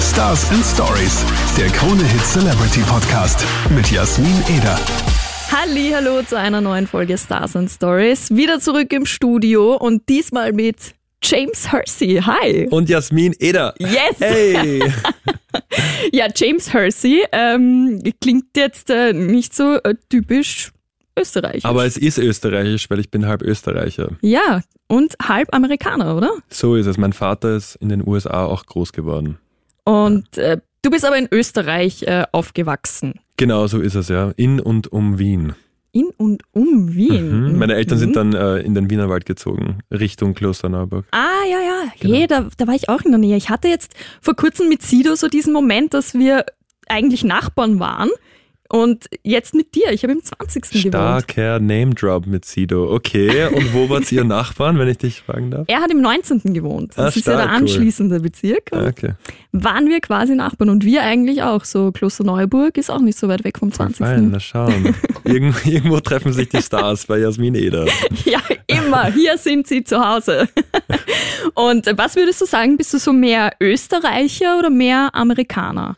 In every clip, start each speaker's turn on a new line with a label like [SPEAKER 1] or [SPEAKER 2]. [SPEAKER 1] Stars and Stories, der Krone Hit Celebrity Podcast mit Jasmin Eder.
[SPEAKER 2] Halli, hallo zu einer neuen Folge Stars and Stories. Wieder zurück im Studio und diesmal mit James Hersey. Hi.
[SPEAKER 3] und Jasmin Eder.
[SPEAKER 2] Yes.
[SPEAKER 3] Hey!
[SPEAKER 2] Ja, James Hersey ähm, klingt jetzt äh, nicht so äh, typisch österreichisch.
[SPEAKER 3] Aber es ist österreichisch, weil ich bin halb Österreicher.
[SPEAKER 2] ja, und halb Amerikaner, oder?
[SPEAKER 3] So ist es. Mein Vater ist in den USA auch groß geworden.
[SPEAKER 2] Und äh, du bist aber in Österreich äh, aufgewachsen.
[SPEAKER 3] Genau so ist es, ja. In und um Wien.
[SPEAKER 2] In und um Wien.
[SPEAKER 3] Hm? Meine Eltern
[SPEAKER 2] Mhm.
[SPEAKER 3] sind dann äh, in den Wienerwald gezogen, Richtung Klosterneuburg.
[SPEAKER 2] Ah, ja, ja.
[SPEAKER 3] Genau.
[SPEAKER 2] Hey, da, da war ich auch in der Nähe. Ich hatte jetzt vor kurzem mit Sido so diesen Moment, dass wir eigentlich Nachbarn waren. Und jetzt mit dir. Ich habe im 20. gewohnt.
[SPEAKER 3] Starker Name-Drop mit Sido. Okay, und wo war's ihr Nachbarn, wenn ich dich fragen darf?
[SPEAKER 2] Er hat im 19. gewohnt.
[SPEAKER 3] Ah,
[SPEAKER 2] Das ist ja
[SPEAKER 3] stark,
[SPEAKER 2] der
[SPEAKER 3] cool.
[SPEAKER 2] anschließende Bezirk.
[SPEAKER 3] Ah, Okay.
[SPEAKER 2] Waren wir quasi Nachbarn und wir eigentlich auch. So Klosterneuburg ist auch nicht so weit weg vom 20.
[SPEAKER 3] Fein, na schauen. Irgend, irgendwo treffen sich die Stars bei Jasmin Eder.
[SPEAKER 2] Ja, immer. Hier sind sie zu Hause. Und was würdest du sagen? Bist du so mehr Österreicher oder mehr Amerikaner?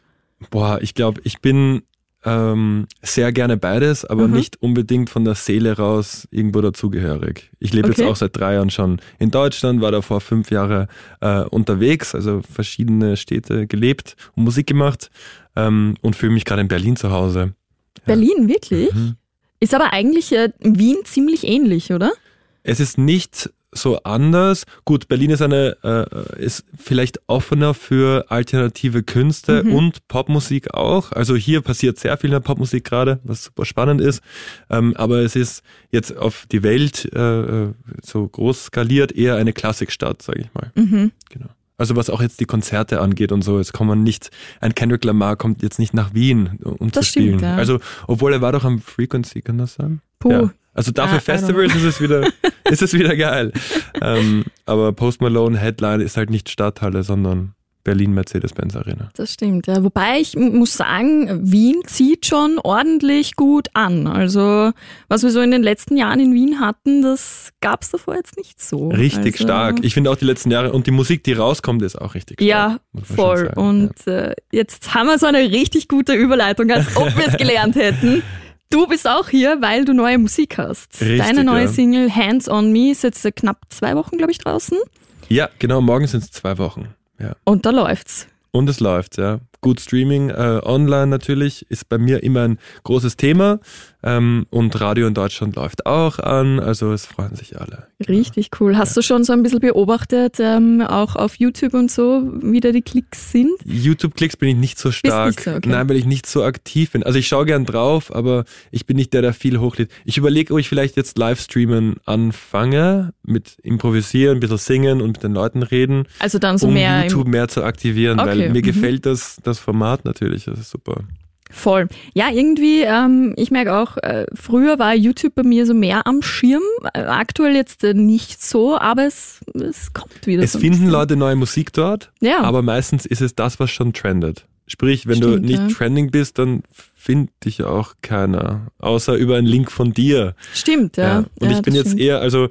[SPEAKER 3] Boah, ich glaube, ich bin ähm, sehr gerne beides, aber nicht unbedingt von der Seele raus irgendwo dazugehörig. Ich lebe
[SPEAKER 2] Okay.
[SPEAKER 3] jetzt auch seit drei Jahren schon in Deutschland, war davor fünf Jahre äh, unterwegs, also verschiedene Städte gelebt und Musik gemacht ähm, und fühle mich gerade in Berlin zu Hause.
[SPEAKER 2] Berlin, wirklich? Ist aber eigentlich äh, Wien ziemlich ähnlich, oder?
[SPEAKER 3] Es ist nicht so anders. Gut, Berlin ist eine äh, ist vielleicht offener für alternative Künste
[SPEAKER 2] Mhm.
[SPEAKER 3] und Popmusik auch. Also hier passiert sehr viel in der Popmusik gerade, was super spannend ist. Ähm, aber es ist jetzt auf die Welt äh, so groß skaliert eher eine Klassikstadt, sage ich mal.
[SPEAKER 2] Mhm.
[SPEAKER 3] Genau. Also was auch jetzt die Konzerte angeht und so, jetzt kann man nicht, ein Kendrick Lamar kommt jetzt nicht nach Wien, um
[SPEAKER 2] Das
[SPEAKER 3] zu
[SPEAKER 2] stimmt,
[SPEAKER 3] spielen.
[SPEAKER 2] ja.
[SPEAKER 3] Also, obwohl er war doch am Frequency, kann das sein?
[SPEAKER 2] Puh.
[SPEAKER 3] Ja. Also dafür
[SPEAKER 2] Ah, I don't
[SPEAKER 3] Festivals ist es wieder, ist es wieder geil. ähm, aber Post Malone Headline ist halt nicht Stadthalle, sondern Berlin Mercedes-Benz Arena.
[SPEAKER 2] Das stimmt, ja. Wobei ich m- muss sagen, Wien zieht schon ordentlich gut an. Also, was wir so in den letzten Jahren in Wien hatten, das gab es davor jetzt nicht so.
[SPEAKER 3] Richtig
[SPEAKER 2] also,
[SPEAKER 3] stark. Ich finde auch die letzten Jahre und die Musik, die rauskommt, ist auch richtig
[SPEAKER 2] Ja,
[SPEAKER 3] stark. muss man schon
[SPEAKER 2] voll.
[SPEAKER 3] sagen.
[SPEAKER 2] Und äh, jetzt haben wir so eine richtig gute Überleitung, als ob wir es gelernt hätten. Du bist auch hier, weil du neue Musik hast.
[SPEAKER 3] Richtig,
[SPEAKER 2] Deine neue
[SPEAKER 3] ja.
[SPEAKER 2] Single Hands on Me ist jetzt äh, knapp zwei Wochen, glaube ich, draußen.
[SPEAKER 3] ja. ja, genau, morgen sind es zwei Wochen. Ja.
[SPEAKER 2] Und da läuft's.
[SPEAKER 3] Und es läuft, ja. Gut Streaming, äh, online natürlich, ist bei mir immer ein großes Thema. Ähm, und Radio in Deutschland läuft auch an, also es freuen sich alle.
[SPEAKER 2] Richtig cool. Hast du schon so ein bisschen beobachtet, ähm, auch auf YouTube und so, wie da die Klicks sind?
[SPEAKER 3] YouTube-Klicks bin ich nicht so stark.
[SPEAKER 2] nicht so, okay.
[SPEAKER 3] Nein, weil ich nicht so aktiv bin. Also ich schaue gern drauf, aber ich bin nicht der, der viel hochlädt. Ich überlege, ob ich vielleicht jetzt Livestreamen anfange, mit improvisieren, ein bisschen singen und mit den Leuten reden,
[SPEAKER 2] Also dann so
[SPEAKER 3] um
[SPEAKER 2] mehr im-
[SPEAKER 3] YouTube mehr zu aktivieren,
[SPEAKER 2] Okay,
[SPEAKER 3] weil mir
[SPEAKER 2] mhm.
[SPEAKER 3] gefällt das, das Format natürlich. Das ist super.
[SPEAKER 2] Voll. Ja, irgendwie, ähm, ich merke auch, äh, früher war YouTube bei mir so mehr am Schirm, äh, aktuell jetzt äh, nicht so, aber es, es kommt wieder.
[SPEAKER 3] Es
[SPEAKER 2] so ein
[SPEAKER 3] finden
[SPEAKER 2] bisschen.
[SPEAKER 3] Leute neue Musik dort,
[SPEAKER 2] Ja.
[SPEAKER 3] aber meistens ist es das, was schon trendet. Sprich, wenn
[SPEAKER 2] Ah. Stimmt,
[SPEAKER 3] du nicht
[SPEAKER 2] ja.
[SPEAKER 3] trending bist, dann findet dich auch keiner. Außer über einen Link von dir.
[SPEAKER 2] Stimmt, ja.
[SPEAKER 3] Ja.
[SPEAKER 2] ja.
[SPEAKER 3] Und ich bin
[SPEAKER 2] das
[SPEAKER 3] jetzt
[SPEAKER 2] stimmt.
[SPEAKER 3] eher, also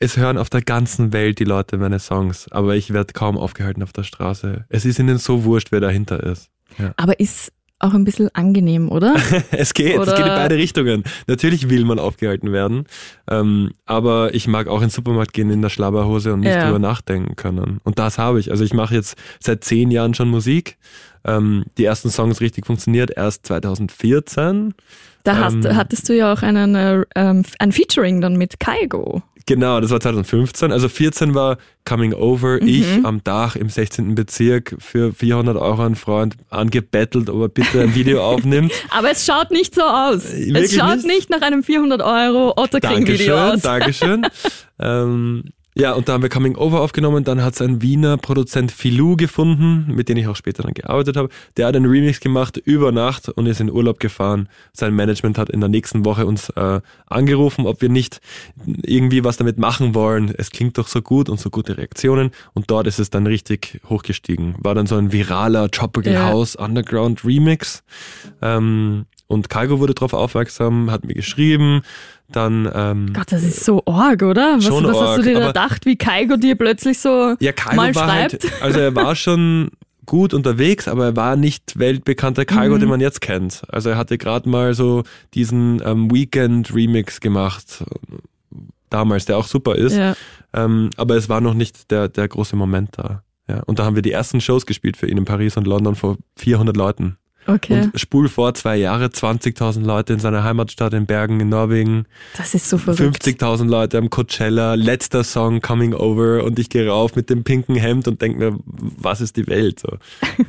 [SPEAKER 3] es hören auf der ganzen Welt die Leute meine Songs, aber ich werde kaum aufgehalten auf der Straße. Es ist ihnen so wurscht, wer dahinter ist.
[SPEAKER 2] Aber ist auch ein bisschen angenehm, oder?
[SPEAKER 3] Es geht,
[SPEAKER 2] Oder-
[SPEAKER 3] es geht in beide Richtungen. Natürlich will man aufgehalten werden, ähm, aber ich mag auch in den Supermarkt gehen in der Schlabberhose und nicht
[SPEAKER 2] Ja.
[SPEAKER 3] drüber nachdenken können. Und das habe ich. Also ich mache jetzt seit zehn Jahren schon Musik. Ähm, die ersten Songs richtig funktioniert erst 2014.
[SPEAKER 2] Da hast,
[SPEAKER 3] Ähm.
[SPEAKER 2] hattest du ja auch einen, äh, ähm, ein Featuring dann mit Kaigo.
[SPEAKER 3] Genau, das war 2015. Also 14 war Coming Over, ich am Dach im 16. Bezirk für 400 Euro ein Freund angebettelt, ob er bitte ein Video aufnimmt.
[SPEAKER 2] Aber es schaut nicht so aus.
[SPEAKER 3] Äh,
[SPEAKER 2] es
[SPEAKER 3] wirklich
[SPEAKER 2] schaut nicht?
[SPEAKER 3] nicht?
[SPEAKER 2] nach einem 400 Euro Otterkring-Video
[SPEAKER 3] Dankeschön,
[SPEAKER 2] aus.
[SPEAKER 3] Dankeschön. ähm, ja, und da haben wir Coming Over aufgenommen. Dann hat es ein Wiener Produzent Filou gefunden, mit dem ich auch später dann gearbeitet habe. Der hat einen Remix gemacht über Nacht und ist in Urlaub gefahren. Sein Management hat in der nächsten Woche uns äh, angerufen, ob wir nicht irgendwie was damit machen wollen. Es klingt doch so gut und so gute Reaktionen. Und dort ist es dann richtig hochgestiegen. War dann so ein viraler Tropical
[SPEAKER 2] Ja.
[SPEAKER 3] House Underground Remix. Ähm, und Kaigo wurde darauf aufmerksam, hat mir geschrieben. Dann ähm,
[SPEAKER 2] Gott, das ist so arg, oder? Was,
[SPEAKER 3] Schon
[SPEAKER 2] was hast du
[SPEAKER 3] arg,
[SPEAKER 2] dir
[SPEAKER 3] aber-
[SPEAKER 2] gedacht, wie Kaigo dir plötzlich so
[SPEAKER 3] ja, Kaigo
[SPEAKER 2] mal
[SPEAKER 3] war
[SPEAKER 2] schreibt?
[SPEAKER 3] halt, also er war schon gut unterwegs, aber er war nicht weltbekannter Cargo,
[SPEAKER 2] Mhm.
[SPEAKER 3] den man jetzt kennt. Also er hatte gerade mal so diesen ähm, Weekend-Remix gemacht damals, der auch super ist.
[SPEAKER 2] Ja.
[SPEAKER 3] Ähm, aber es war noch nicht der, der große Moment da. Ja, und da haben wir die ersten Shows gespielt für ihn in Paris und London vor 400 Leuten.
[SPEAKER 2] Okay.
[SPEAKER 3] Und spul vor zwei Jahre 20.000 Leute in seiner Heimatstadt in Bergen in Norwegen,
[SPEAKER 2] das ist so verrückt.
[SPEAKER 3] 50.000 Leute am Coachella, letzter Song Coming Over und ich gehe rauf mit dem pinken Hemd und denke mir, was ist die Welt? So.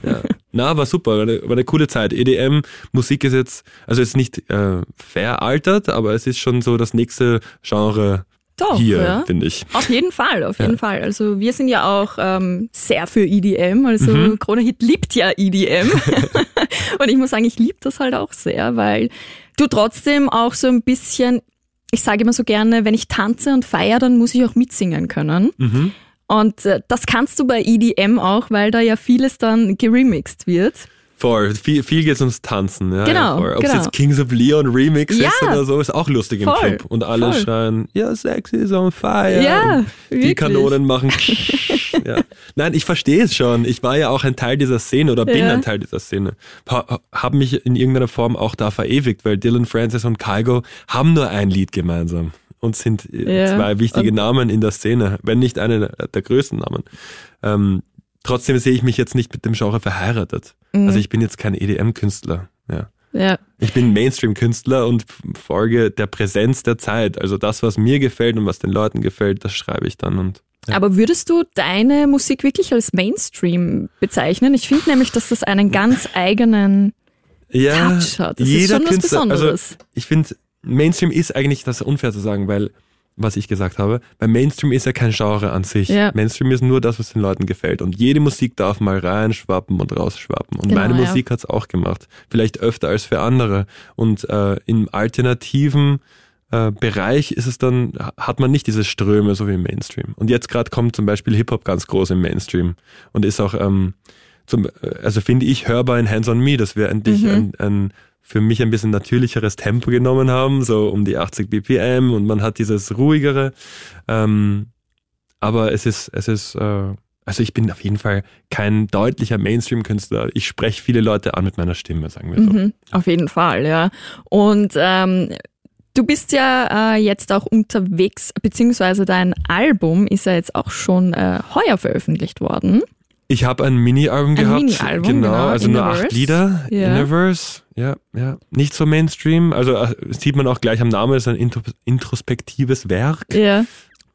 [SPEAKER 3] Ja. Na, war super, war eine, war eine coole Zeit. EDM, Musik ist jetzt, also jetzt nicht äh, veraltert, aber es ist schon so das nächste Genre
[SPEAKER 2] Doch,
[SPEAKER 3] hier,
[SPEAKER 2] ja.
[SPEAKER 3] finde ich.
[SPEAKER 2] Auf jeden Fall, auf jeden
[SPEAKER 3] Ja.
[SPEAKER 2] Fall. Also wir sind ja auch ähm, sehr für EDM. Also
[SPEAKER 3] Mhm.
[SPEAKER 2] Krone Hit liebt ja EDM. Und ich muss sagen, ich liebe das halt auch sehr, weil du trotzdem auch so ein bisschen, ich sage immer so gerne, wenn ich tanze und feiere, dann muss ich auch mitsingen können.
[SPEAKER 3] Mhm.
[SPEAKER 2] Und äh, das kannst du bei EDM auch, weil da ja vieles dann geremixed wird.
[SPEAKER 3] Voll, viel, viel geht es ums Tanzen. Ja,
[SPEAKER 2] Genau,
[SPEAKER 3] ja, voll. Ob es
[SPEAKER 2] genau.
[SPEAKER 3] jetzt Kings of Leon Remix
[SPEAKER 2] Ja.
[SPEAKER 3] ist oder so, ist auch lustig im
[SPEAKER 2] Voll,
[SPEAKER 3] Club. Und alle
[SPEAKER 2] voll.
[SPEAKER 3] schreien, ja, Sex is on fire.
[SPEAKER 2] Ja,
[SPEAKER 3] Und Die
[SPEAKER 2] wirklich.
[SPEAKER 3] Kanonen machen. ja. Nein, ich verstehe es schon. Ich war ja auch ein Teil dieser Szene oder bin
[SPEAKER 2] Ja.
[SPEAKER 3] ein Teil dieser Szene. Habe mich in irgendeiner Form auch da verewigt, weil Dylan Francis und Kygo haben nur ein Lied gemeinsam und sind äh,
[SPEAKER 2] Ja.
[SPEAKER 3] zwei wichtige Namen in der Szene, wenn nicht einer der- der größten Namen. Ähm, trotzdem sehe ich mich jetzt nicht mit dem Genre verheiratet.
[SPEAKER 2] Mhm.
[SPEAKER 3] Also ich bin jetzt kein EDM-Künstler. Ja.
[SPEAKER 2] Ja.
[SPEAKER 3] Ich bin Mainstream-Künstler und folge der Präsenz der Zeit. Also das, was mir gefällt und was den Leuten gefällt, das schreibe ich dann. Und
[SPEAKER 2] Aber würdest du deine Musik wirklich als Mainstream bezeichnen? Ich finde nämlich, dass das einen ganz eigenen
[SPEAKER 3] ja,
[SPEAKER 2] Touch hat. Das
[SPEAKER 3] jeder
[SPEAKER 2] ist schon was
[SPEAKER 3] Künstler,
[SPEAKER 2] Besonderes.
[SPEAKER 3] Also ich finde, Mainstream ist eigentlich, das ist unfair zu sagen, weil was ich gesagt habe, weil Mainstream ist ja kein Genre an sich.
[SPEAKER 2] Ja.
[SPEAKER 3] Mainstream ist nur das, was den Leuten gefällt. Und jede Musik darf mal reinschwappen und rausschwappen. Und
[SPEAKER 2] Genau,
[SPEAKER 3] meine
[SPEAKER 2] ja.
[SPEAKER 3] Musik hat's auch gemacht. Vielleicht öfter als für andere. Und äh, im alternativen äh, Bereich ist es dann, hat man nicht diese Ströme so wie im Mainstream. Und jetzt gerade kommt zum Beispiel Hip-Hop ganz groß im Mainstream und ist auch, ähm, zum, also finde ich hörbar in Hands on Me, dass wir endlich ein, ein für mich ein bisschen natürlicheres Tempo genommen haben, so um die 80 BPM und man hat dieses ruhigere. Ähm, aber es ist, es ist, äh, also ich bin auf jeden Fall kein deutlicher Mainstream-Künstler. Ich spreche viele Leute an mit meiner Stimme, sagen wir so.
[SPEAKER 2] Mhm, auf jeden Fall, ja. Und ähm, du bist ja äh, jetzt auch unterwegs, beziehungsweise dein Album ist ja jetzt auch schon äh, heuer veröffentlicht worden.
[SPEAKER 3] Ich habe ein Mini-Album gehabt.
[SPEAKER 2] Mini-Album,
[SPEAKER 3] genau.
[SPEAKER 2] genau,
[SPEAKER 3] Also nur acht
[SPEAKER 2] Innerverse.
[SPEAKER 3] Lieder.
[SPEAKER 2] Ja.
[SPEAKER 3] Innerverse, ja, ja. Nicht so Mainstream. Also äh, sieht man auch gleich am Namen, ist ein intro- introspektives Werk,
[SPEAKER 2] Ja.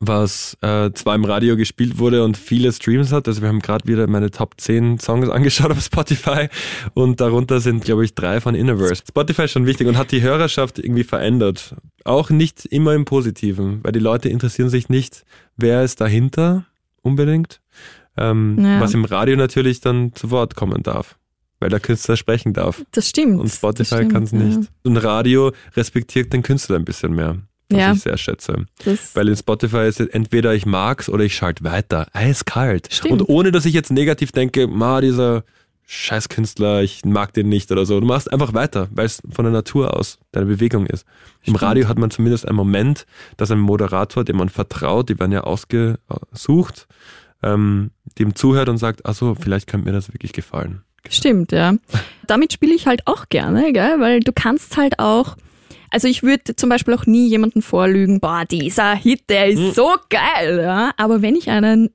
[SPEAKER 3] was äh, zwar im Radio gespielt wurde und viele Streams hat. Also wir haben gerade wieder meine Top 10 Songs angeschaut auf Spotify und darunter sind, glaube ich, drei von Innerverse. Spotify ist schon wichtig und hat die Hörerschaft irgendwie verändert. Auch nicht immer im Positiven, weil die Leute interessieren sich nicht, wer ist dahinter unbedingt. Ähm,
[SPEAKER 2] Ja.
[SPEAKER 3] Was im Radio natürlich dann zu Wort kommen darf, weil der Künstler sprechen darf.
[SPEAKER 2] Das stimmt.
[SPEAKER 3] Und
[SPEAKER 2] das
[SPEAKER 3] Spotify
[SPEAKER 2] stimmt,
[SPEAKER 3] kann es nicht. Und Radio respektiert den Künstler ein bisschen mehr, was
[SPEAKER 2] Ja.
[SPEAKER 3] ich sehr schätze.
[SPEAKER 2] Ja, das,
[SPEAKER 3] Weil in Spotify ist es entweder ich mag's oder ich schalte weiter. Eiskalt.
[SPEAKER 2] Stimmt.
[SPEAKER 3] Und ohne dass ich jetzt negativ denke, ma, dieser scheiß Künstler, ich mag den nicht oder so. Du machst einfach weiter, weil es von der Natur aus deine Bewegung ist. Im
[SPEAKER 2] Stimmt.
[SPEAKER 3] Radio hat man zumindest einen Moment, dass ein Moderator, dem man vertraut, die werden ja ausgesucht, ähm, dem zuhört und sagt, ach so, vielleicht könnte mir das wirklich gefallen.
[SPEAKER 2] Stimmt, ja. Damit spiele ich halt auch gerne, gell? weil du kannst halt auch. Also ich würde zum Beispiel auch nie jemanden vorlügen, boah, dieser Hit, der ist so geil. Ja? Aber wenn ich einen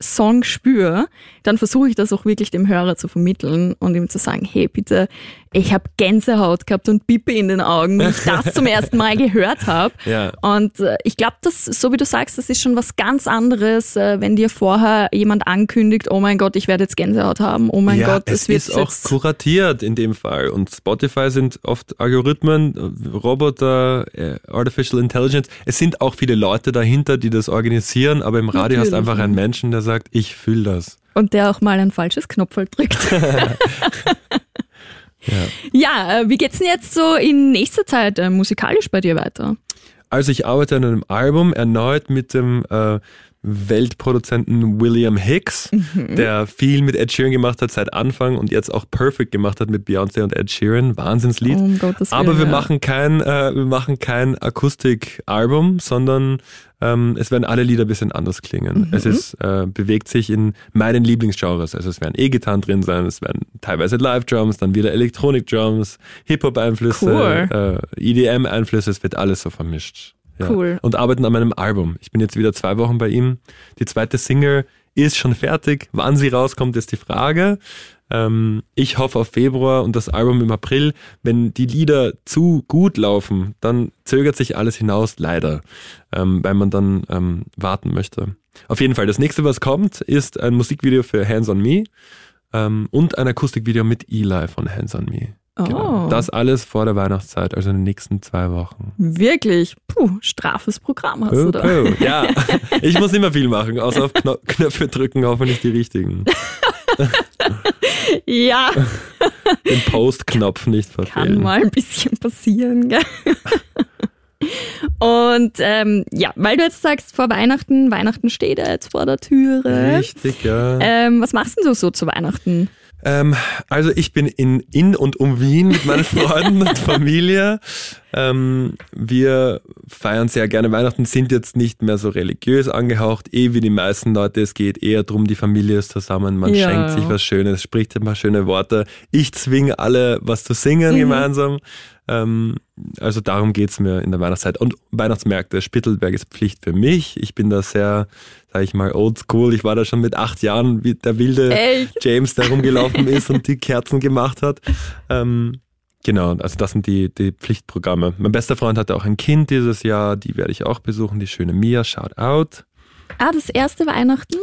[SPEAKER 2] Song spüre, dann versuche ich das auch wirklich dem Hörer zu vermitteln und ihm zu sagen, hey bitte, ich habe Gänsehaut gehabt und Pippe in den Augen, wenn ich das zum ersten Mal gehört habe.
[SPEAKER 3] Ja.
[SPEAKER 2] Und äh, ich glaube, das, so wie du sagst, das ist schon was ganz anderes, äh, wenn dir vorher jemand ankündigt, oh mein Gott, ich werde jetzt Gänsehaut haben, oh mein Gott,
[SPEAKER 3] es
[SPEAKER 2] es wird
[SPEAKER 3] ist auch
[SPEAKER 2] jetzt.
[SPEAKER 3] kuratiert in dem Fall. Und Spotify sind oft Algorithmen, äh, Roboter, äh, Artificial Intelligence. Es sind auch viele Leute dahinter, die das organisieren, aber im Radio hast du
[SPEAKER 2] Natürlich,
[SPEAKER 3] einfach
[SPEAKER 2] ja.
[SPEAKER 3] einen Menschen, der sagt, ich fühle das.
[SPEAKER 2] Und der auch mal ein falsches Knopfel drückt. ja, äh, wie geht's denn jetzt so in nächster Zeit äh, musikalisch bei dir weiter?
[SPEAKER 3] Also ich arbeite an einem Album erneut mit dem äh, Weltproduzenten William Hicks,
[SPEAKER 2] Mhm.
[SPEAKER 3] der viel mit Ed Sheeran gemacht hat seit Anfang und jetzt auch Perfect gemacht hat mit Beyoncé und Ed Sheeran. Wahnsinnslied.
[SPEAKER 2] Oh, um Gottes Willen,
[SPEAKER 3] Aber wir
[SPEAKER 2] ja.
[SPEAKER 3] machen kein, äh, wir machen kein Akustikalbum, sondern ähm, es werden alle Lieder ein bisschen anders
[SPEAKER 2] Mhm.
[SPEAKER 3] klingen. Es ist, äh, bewegt sich in meinen Lieblingsgenres. Also es werden E-Gitarren drin sein, es werden teilweise Live-Drums, dann wieder Elektronik-Drums, Hip-Hop-Einflüsse,
[SPEAKER 2] Cool.
[SPEAKER 3] äh, EDM-Einflüsse, es wird alles so vermischt. Ja.
[SPEAKER 2] Cool.
[SPEAKER 3] Und arbeiten an meinem Album. Ich bin jetzt wieder zwei Wochen bei ihm. Die zweite Single ist schon fertig. Wann sie rauskommt, ist die Frage. Ähm, ich hoffe auf Februar und das Album im April. Wenn die Lieder zu gut laufen, dann zögert sich alles hinaus, leider, ähm, weil man dann ähm, warten möchte. Auf jeden Fall, das nächste, was kommt, ist ein Musikvideo für Hands on Me ähm, und ein Akustikvideo mit Eli von Hands on Me.
[SPEAKER 2] Oh.
[SPEAKER 3] Genau. Das alles vor der Weihnachtszeit, also in den nächsten zwei Wochen.
[SPEAKER 2] Wirklich, puh, strafes Programm hast du
[SPEAKER 3] Puh,
[SPEAKER 2] da.
[SPEAKER 3] puh. Ja, ich muss immer viel machen, außer auf Kno Knöpfe drücken, hoffentlich die richtigen.
[SPEAKER 2] Ja,
[SPEAKER 3] Den Post-Knopf nicht
[SPEAKER 2] kann
[SPEAKER 3] verfehlen.
[SPEAKER 2] mal ein bisschen passieren. Gell? Und ähm, ja, weil du jetzt sagst, vor Weihnachten, Weihnachten steht ja jetzt vor der Türe.
[SPEAKER 3] Richtig, ja.
[SPEAKER 2] Ähm, was machst denn du so zu Weihnachten?
[SPEAKER 3] Ähm, also ich bin in, in und um Wien mit meinen Freunden und Familie. Ähm, wir feiern sehr gerne Weihnachten, sind jetzt nicht mehr so religiös angehaucht, eh wie die meisten Leute. Es geht eher drum, die Familie ist zusammen, man
[SPEAKER 2] Ja.
[SPEAKER 3] schenkt sich was Schönes, spricht ein paar schöne Worte. Ich zwinge alle, was zu singen
[SPEAKER 2] Mhm.
[SPEAKER 3] gemeinsam. Ähm, also darum geht's mir in der Weihnachtszeit. Und Weihnachtsmärkte, Spittelberg ist Pflicht für mich. Ich bin da sehr, sag ich mal, oldschool. Ich war da schon mit acht Jahren wie der wilde
[SPEAKER 2] Echt?
[SPEAKER 3] James da rumgelaufen ist und die Kerzen gemacht hat. Ähm, genau, also das sind die, die Pflichtprogramme. Mein bester Freund hatte auch ein Kind dieses Jahr, die werde ich auch besuchen, die schöne Mia, shout out.
[SPEAKER 2] Ah, das erste Weihnachten?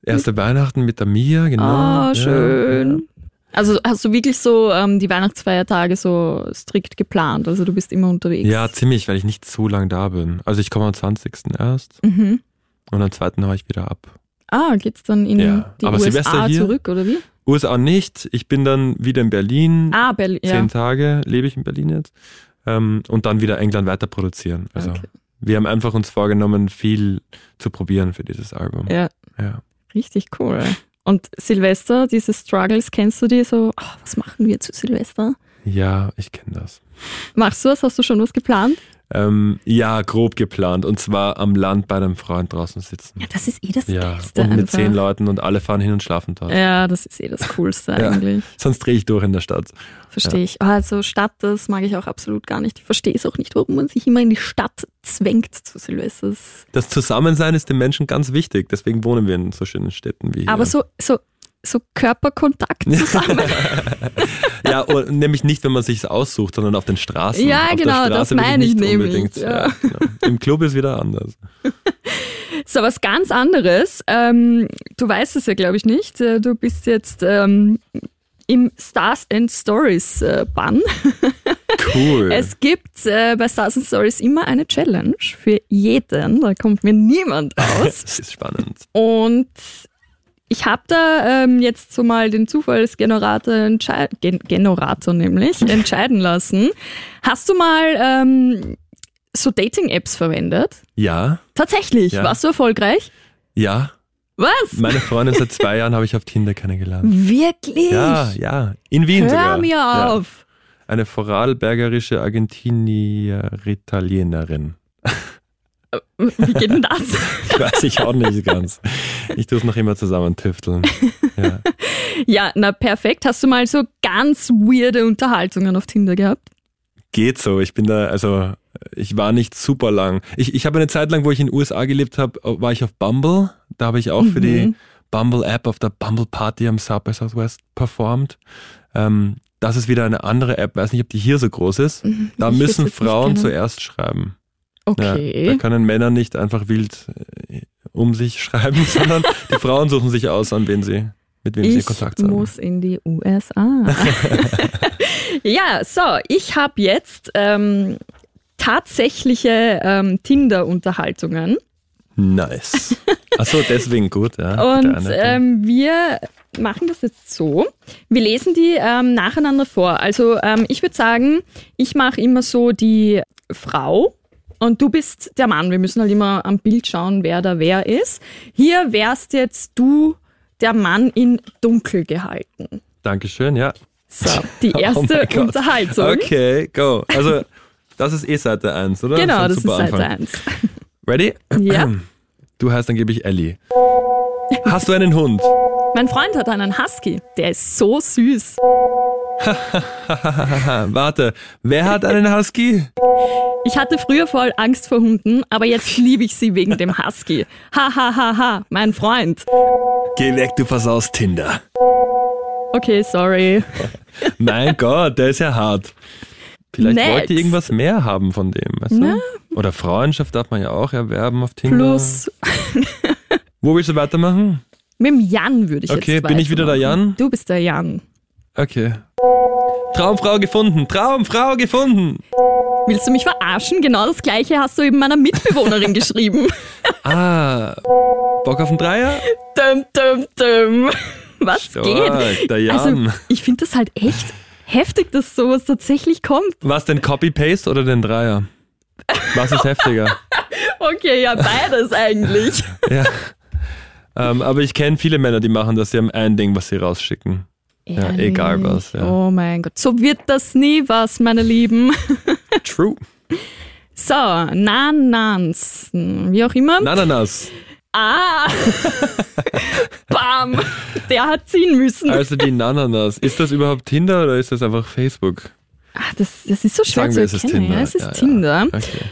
[SPEAKER 3] Erste Weihnachten mit der Mia, genau.
[SPEAKER 2] Ah,
[SPEAKER 3] Ja,
[SPEAKER 2] schön. Also hast du wirklich so ähm, die Weihnachtsfeiertage so strikt geplant? Also du bist immer unterwegs.
[SPEAKER 3] Ja, ziemlich, weil ich nicht so lang da bin. Also ich komme am 20. erst
[SPEAKER 2] Mhm.
[SPEAKER 3] und am 2. haue ich wieder ab.
[SPEAKER 2] Ah, geht's dann in
[SPEAKER 3] Ja,
[SPEAKER 2] die
[SPEAKER 3] aber
[SPEAKER 2] USA
[SPEAKER 3] Silvester hier?
[SPEAKER 2] zurück, oder wie?
[SPEAKER 3] USA nicht, ich bin dann wieder in Berlin.
[SPEAKER 2] Ah, Berlin. Ja.
[SPEAKER 3] Zehn Tage lebe ich in Berlin jetzt. Ähm, und dann wieder England weiter produzieren. Also
[SPEAKER 2] Okay.
[SPEAKER 3] wir haben einfach uns vorgenommen, viel zu probieren für dieses Album.
[SPEAKER 2] ja,
[SPEAKER 3] Ja.
[SPEAKER 2] richtig cool. Und Silvester, diese Struggles, kennst du die so? ah, was machen wir zu Silvester?
[SPEAKER 3] Ja, ich kenne das.
[SPEAKER 2] Machst du was? Hast du schon was geplant?
[SPEAKER 3] Ähm, ja, grob geplant. Und zwar am Land bei einem Freund draußen sitzen.
[SPEAKER 2] Ja, das ist eh das
[SPEAKER 3] Ja,
[SPEAKER 2] Beste.
[SPEAKER 3] und mit
[SPEAKER 2] einfach.
[SPEAKER 3] zehn Leuten und alle fahren hin und schlafen dort.
[SPEAKER 2] Ja, das ist eh das Coolste
[SPEAKER 3] Ja.
[SPEAKER 2] eigentlich.
[SPEAKER 3] Sonst drehe ich durch in der Stadt.
[SPEAKER 2] Verstehe ich. Also Stadt, das mag ich auch absolut gar nicht. Ich verstehe es auch nicht, warum man sich immer in die Stadt zwängt zu Silvester. Das-
[SPEAKER 3] Das Zusammensein ist den Menschen ganz wichtig. Deswegen wohnen wir in so schönen Städten wie hier.
[SPEAKER 2] Aber so, so, so Körperkontakt zusammen.
[SPEAKER 3] Ja, und nämlich nicht, wenn man sich aussucht, sondern auf den Straßen.
[SPEAKER 2] Ja,
[SPEAKER 3] auf der
[SPEAKER 2] genau,
[SPEAKER 3] Straße
[SPEAKER 2] das
[SPEAKER 3] bin
[SPEAKER 2] meine ich
[SPEAKER 3] nicht
[SPEAKER 2] nämlich,
[SPEAKER 3] unbedingt.
[SPEAKER 2] ja.
[SPEAKER 3] genau. Im Club ist wieder anders.
[SPEAKER 2] so was ganz anderes. Ähm, du weißt es ja, glaube ich, nicht. Äh, Du bist jetzt ähm, im Stars and Stories äh, Bann.
[SPEAKER 3] Cool.
[SPEAKER 2] Es gibt äh, bei Stars and Stories immer eine Challenge für jeden. Da kommt mir niemand aus.
[SPEAKER 3] das ist spannend.
[SPEAKER 2] Und ich habe da ähm, jetzt so mal den Zufallsgenerator entschei- Gen Generator nämlich entscheiden lassen. Hast du mal ähm, so Dating-Apps verwendet?
[SPEAKER 3] Ja,
[SPEAKER 2] Tatsächlich,
[SPEAKER 3] Ja.
[SPEAKER 2] warst du erfolgreich?
[SPEAKER 3] ja.
[SPEAKER 2] Was?
[SPEAKER 3] Meine Freundin seit zwei Jahren habe ich auf Tinder kennengelernt.
[SPEAKER 2] Wirklich?
[SPEAKER 3] Ja, ja. In Wien sogar.
[SPEAKER 2] Hör mir
[SPEAKER 3] Ja.
[SPEAKER 2] auf.
[SPEAKER 3] Eine vorarlbergerische Argentinier-Italienerin.
[SPEAKER 2] Wie geht denn das?
[SPEAKER 3] Weiß ich auch nicht ganz. Ich tue es noch immer zusammen tüfteln. Ja.
[SPEAKER 2] ja, na perfekt. Hast du mal so ganz weirde Unterhaltungen auf Tinder gehabt?
[SPEAKER 3] Geht so. Ich bin da, also ich war nicht super lang. Ich, ich habe eine Zeit lang, wo ich in den USA gelebt habe, war ich auf Bumble. Da habe ich auch für
[SPEAKER 2] Mhm.
[SPEAKER 3] die Bumble-App auf der Bumble-Party am Subway Southwest performt. Ähm, das ist wieder eine andere App. Weiß nicht, ob die hier so groß ist. Da
[SPEAKER 2] Mhm. Ich würd's
[SPEAKER 3] müssen
[SPEAKER 2] jetzt nicht
[SPEAKER 3] Frauen
[SPEAKER 2] kennen.
[SPEAKER 3] zuerst schreiben. Ja, da
[SPEAKER 2] Okay.
[SPEAKER 3] können Männer nicht einfach wild äh, um sich schreiben, sondern die Frauen suchen sich aus, an wen sie, mit wem sie
[SPEAKER 2] ich
[SPEAKER 3] Kontakt haben.
[SPEAKER 2] muss in die USA. ja, so, ich habe jetzt ähm, tatsächliche ähm, Tinder-Unterhaltungen.
[SPEAKER 3] Nice. Achso, deswegen gut, ja. mit der
[SPEAKER 2] Und
[SPEAKER 3] Einleitung.
[SPEAKER 2] ähm, wir machen das jetzt so. Wir lesen die ähm, nacheinander vor. Also ähm, ich würde sagen, ich mache immer so die Frau und du bist der Mann. Wir müssen halt immer am Bild schauen, wer da wer ist. Hier wärst jetzt du der Mann in dunkel gehalten.
[SPEAKER 3] Dankeschön, ja.
[SPEAKER 2] So, die
[SPEAKER 3] oh
[SPEAKER 2] erste
[SPEAKER 3] mein Gott.
[SPEAKER 2] Unterhaltung.
[SPEAKER 3] Okay, go. Also, das ist eh Seite 1, oder?
[SPEAKER 2] Genau,
[SPEAKER 3] ein
[SPEAKER 2] das ist
[SPEAKER 3] super
[SPEAKER 2] Seite
[SPEAKER 3] Anfang.
[SPEAKER 2] 1.
[SPEAKER 3] Ready?
[SPEAKER 2] Ja.
[SPEAKER 3] Du heißt angeblich Ellie. Hast du einen Hund?
[SPEAKER 2] Mein Freund hat einen Husky. Der ist so süß.
[SPEAKER 3] Ah, warte, wer hat einen Husky?
[SPEAKER 2] Ich hatte früher voll Angst vor Hunden, aber jetzt liebe ich sie wegen dem Husky. Ha, ha, ha, ha, mein Freund.
[SPEAKER 3] Geh weg, du versaust Tinder.
[SPEAKER 2] Okay, sorry.
[SPEAKER 3] Mein Gott, der ist ja hart. Vielleicht
[SPEAKER 2] Next.
[SPEAKER 3] wollt ihr irgendwas mehr haben von dem, weißt du? Oder Frauenschaft darf man ja auch erwerben auf Tinder.
[SPEAKER 2] Plus,
[SPEAKER 3] Wo willst du weitermachen?
[SPEAKER 2] mit dem Jan würde ich
[SPEAKER 3] Okay,
[SPEAKER 2] jetzt
[SPEAKER 3] bin ich wieder der
[SPEAKER 2] weitermachen.
[SPEAKER 3] Jan?
[SPEAKER 2] Du bist der Jan.
[SPEAKER 3] Okay. Traumfrau gefunden, Traumfrau gefunden.
[SPEAKER 2] Willst du mich verarschen? Genau das gleiche hast du eben meiner Mitbewohnerin geschrieben.
[SPEAKER 3] Ah, Bock auf einen Dreier?
[SPEAKER 2] Dum, dum, dum. Was
[SPEAKER 3] Stark,
[SPEAKER 2] geht?
[SPEAKER 3] der Jan.
[SPEAKER 2] Also, ich finde das halt echt heftig, dass sowas tatsächlich kommt.
[SPEAKER 3] Was denn Copy-Paste oder den Dreier? Was ist heftiger?
[SPEAKER 2] Okay, ja, beides eigentlich.
[SPEAKER 3] ja. Ähm, aber ich kenne viele Männer, die machen das. Sie haben ein Ding, was sie rausschicken. Ja,
[SPEAKER 2] Ehrlich?
[SPEAKER 3] egal was, ja.
[SPEAKER 2] Oh mein Gott, so wird das nie was, meine Lieben.
[SPEAKER 3] True.
[SPEAKER 2] So, Nanans, wie auch immer.
[SPEAKER 3] Nananas.
[SPEAKER 2] ah! Bam! Der hat ziehen müssen.
[SPEAKER 3] Also die Nananas. Ist das überhaupt Tinder oder ist das einfach Facebook?
[SPEAKER 2] Ah, das, das ist so schwer
[SPEAKER 3] Sagen
[SPEAKER 2] zu
[SPEAKER 3] wir, es ist
[SPEAKER 2] erkennen.
[SPEAKER 3] Tinder.
[SPEAKER 2] Ja, es ist
[SPEAKER 3] Ja, ja.
[SPEAKER 2] Tinder.
[SPEAKER 3] Okay.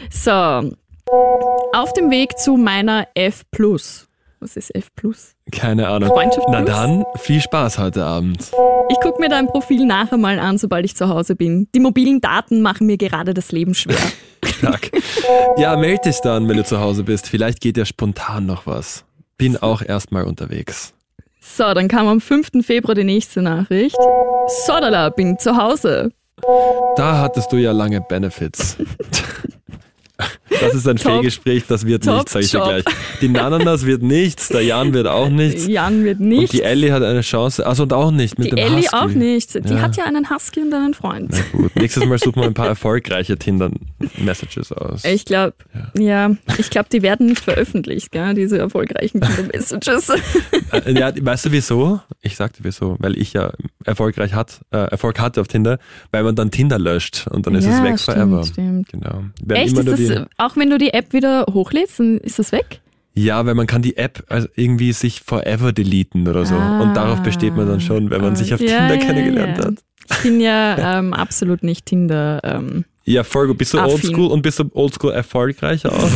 [SPEAKER 2] So, auf dem Weg zu meiner F+. Was ist F+.
[SPEAKER 3] Keine Ahnung.
[SPEAKER 2] Freundschaft
[SPEAKER 3] Na
[SPEAKER 2] plus?
[SPEAKER 3] dann, viel Spaß heute Abend.
[SPEAKER 2] Ich gucke mir dein Profil nachher mal an, sobald ich zu Hause bin. Die mobilen Daten machen mir gerade das Leben schwer.
[SPEAKER 3] Tag. Ja, melde dich dann, wenn du zu Hause bist. Vielleicht geht ja spontan noch was. Bin auch erstmal unterwegs.
[SPEAKER 2] So, dann kam am 5. Februar die nächste Nachricht. Sodala, bin zu Hause.
[SPEAKER 3] Da hattest du ja lange Benefits. Das ist ein
[SPEAKER 2] Top.
[SPEAKER 3] Fehlgespräch, das wird
[SPEAKER 2] Top
[SPEAKER 3] nichts, sag ich dir
[SPEAKER 2] Job.
[SPEAKER 3] gleich. Die Nananas wird nichts, der Jan wird auch nichts.
[SPEAKER 2] Jan wird
[SPEAKER 3] Und
[SPEAKER 2] nicht.
[SPEAKER 3] die Ellie hat eine Chance. Also und auch nicht mit
[SPEAKER 2] Die
[SPEAKER 3] dem
[SPEAKER 2] Ellie
[SPEAKER 3] Husky.
[SPEAKER 2] auch nicht. Die
[SPEAKER 3] Ja.
[SPEAKER 2] hat ja einen Husky und einen Freund.
[SPEAKER 3] Gut, nächstes Mal suchen wir ein paar erfolgreiche Tinder-Messages aus.
[SPEAKER 2] Ich glaube, ja. ich glaube, die werden nicht veröffentlicht, gell, diese erfolgreichen Messages.
[SPEAKER 3] Äh, Ja, weißt du wieso? Ich sagte wieso, weil ich ja erfolgreich hat, äh, Erfolg hatte auf Tinder, weil man dann Tinder löscht und dann ist es
[SPEAKER 2] Ja,
[SPEAKER 3] weg
[SPEAKER 2] stimmt,
[SPEAKER 3] forever.
[SPEAKER 2] stimmt.
[SPEAKER 3] Genau. Wenn
[SPEAKER 2] Echt?
[SPEAKER 3] immer
[SPEAKER 2] Ist
[SPEAKER 3] nur
[SPEAKER 2] das, äh, auch wenn du die App wieder hochlädst, dann ist das weg?
[SPEAKER 3] die, ja, weil man kann die App also irgendwie sich forever deleten oder so. und darauf besteht man dann schon, wenn man sich auf
[SPEAKER 2] Ah. Ja,
[SPEAKER 3] Tinder
[SPEAKER 2] ja,
[SPEAKER 3] kennengelernt
[SPEAKER 2] ja.
[SPEAKER 3] hat.
[SPEAKER 2] Ich bin ja ähm, absolut nicht Tinder. Ähm,
[SPEAKER 3] Ja, voll gut. Bist du
[SPEAKER 2] Affin.
[SPEAKER 3] oldschool und bist du oldschool erfolgreich auch?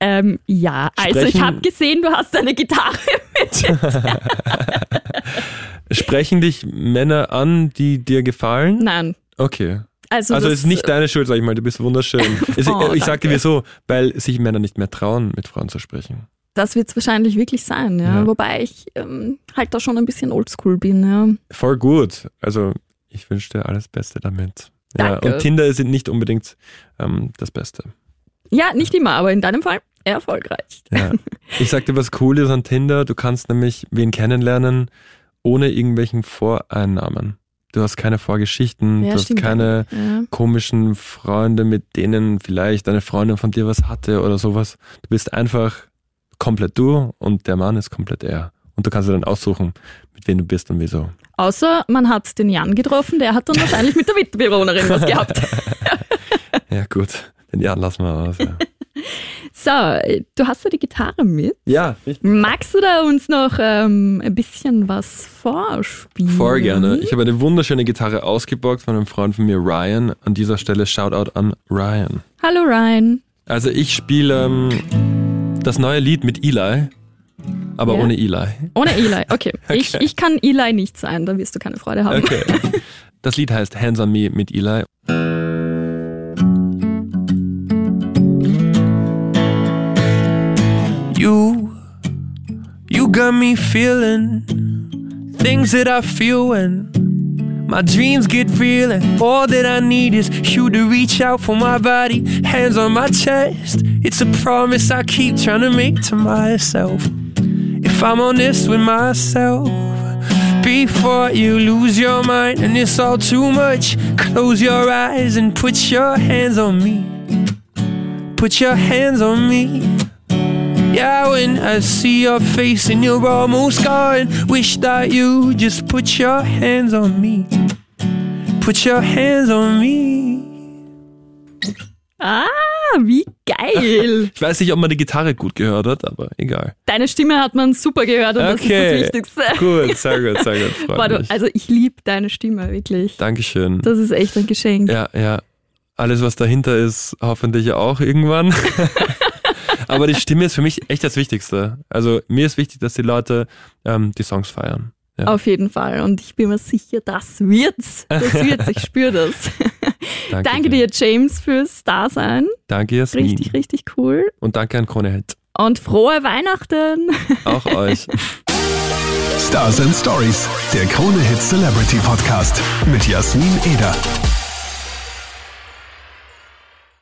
[SPEAKER 2] ähm, ja, also ich
[SPEAKER 3] Sprechen-
[SPEAKER 2] habe gesehen, du hast eine Gitarre.
[SPEAKER 3] Sprechen dich Männer an, die dir gefallen?
[SPEAKER 2] Nein,
[SPEAKER 3] Okay.
[SPEAKER 2] also,
[SPEAKER 3] also
[SPEAKER 2] das,
[SPEAKER 3] ist nicht deine Schuld, sag ich mal, du bist wunderschön. Es-
[SPEAKER 2] Oh,
[SPEAKER 3] ich sag dir
[SPEAKER 2] danke.
[SPEAKER 3] wieso, weil sich Männer nicht mehr trauen, mit Frauen zu sprechen.
[SPEAKER 2] Das wird es wahrscheinlich wirklich sein, ja.
[SPEAKER 3] Ja.
[SPEAKER 2] Wobei ich ähm, halt da schon ein bisschen oldschool bin, ja.
[SPEAKER 3] Voll gut. Also ich wünsche dir alles Beste damit. Ja,
[SPEAKER 2] Danke.
[SPEAKER 3] und Tinder sind nicht unbedingt ähm, das Beste.
[SPEAKER 2] Ja, nicht immer, aber in deinem Fall erfolgreich.
[SPEAKER 3] Ja. Ich sag dir, was cool ist an Tinder, du kannst nämlich wen kennenlernen ohne irgendwelchen Voreinnahmen. Du hast keine Vorgeschichten,
[SPEAKER 2] Ja,
[SPEAKER 3] du hast
[SPEAKER 2] stimmt.
[SPEAKER 3] keine
[SPEAKER 2] Ja.
[SPEAKER 3] komischen Freunde, mit denen vielleicht eine Freundin von dir was hatte oder sowas. Du bist einfach komplett du und der Mann ist komplett er. Und du kannst dir dann aussuchen, mit wem du bist und wieso.
[SPEAKER 2] Außer man hat den Jan getroffen, der hat dann wahrscheinlich mit der Mitbewohnerin was gehabt.
[SPEAKER 3] Ja, gut. Den Jan lassen wir aus. Ja,
[SPEAKER 2] So, äh, du hast ja die Gitarre mit.
[SPEAKER 3] ja ich
[SPEAKER 2] Magst du da uns noch ähm, ein bisschen was vorspielen?
[SPEAKER 3] Voll
[SPEAKER 2] Mhm.
[SPEAKER 3] gerne. Ich habe eine wunderschöne Gitarre ausgeborgt von einem Freund von mir, Ryan. An dieser Stelle Shoutout an Ryan.
[SPEAKER 2] Hallo Ryan.
[SPEAKER 3] Also ich spiele ähm, das neue Lied mit Eli, aber
[SPEAKER 2] Ja?
[SPEAKER 3] ohne Eli.
[SPEAKER 2] Ohne Eli, okay. Ich, ich kann Eli nicht sein, da wirst du keine Freude haben.
[SPEAKER 3] Okay. Das Lied heißt Hands on Me mit Eli. You, you got me feeling things that I feel when my dreams get real and all that I need is you to reach out for my body, hands on my chest. It's a promise I keep trying to make to myself. If I'm honest with myself, before you lose your mind and it's all too much, close your eyes and put your hands on me.
[SPEAKER 4] put your hands on me. Yeah, when I see your face and you're almost gone, wish that you just put your hands on me. Put your hands on me.
[SPEAKER 2] Ah, wie geil.
[SPEAKER 3] Ich weiß nicht, ob man die Gitarre gut gehört hat, aber egal.
[SPEAKER 2] Deine Stimme hat man super gehört und
[SPEAKER 3] Okay.
[SPEAKER 2] das ist das Wichtigste.
[SPEAKER 3] Gut, sehr gut, sehr gut. Freut
[SPEAKER 2] Boah, du,
[SPEAKER 3] mich.
[SPEAKER 2] also ich liebe deine Stimme, wirklich.
[SPEAKER 3] Dankeschön.
[SPEAKER 2] Das ist echt ein Geschenk.
[SPEAKER 3] Ja, ja. Alles, was dahinter ist, hoffentlich auch irgendwann. Aber die Stimme ist für mich echt das Wichtigste. Also mir ist wichtig, dass die Leute ähm, die Songs feiern. Ja.
[SPEAKER 2] Auf jeden Fall. Und ich bin mir sicher, das wird's. Das wird's, ich spüre das.
[SPEAKER 3] Danke,
[SPEAKER 2] Danke dir, James, fürs Dasein.
[SPEAKER 3] Danke, Jasmin.
[SPEAKER 2] Richtig, richtig cool.
[SPEAKER 3] Und danke an Krone Held.
[SPEAKER 2] Und frohe Weihnachten.
[SPEAKER 3] Auch euch.
[SPEAKER 1] Stars and Stories, der Krone Hit Celebrity Podcast mit Jasmin Eder.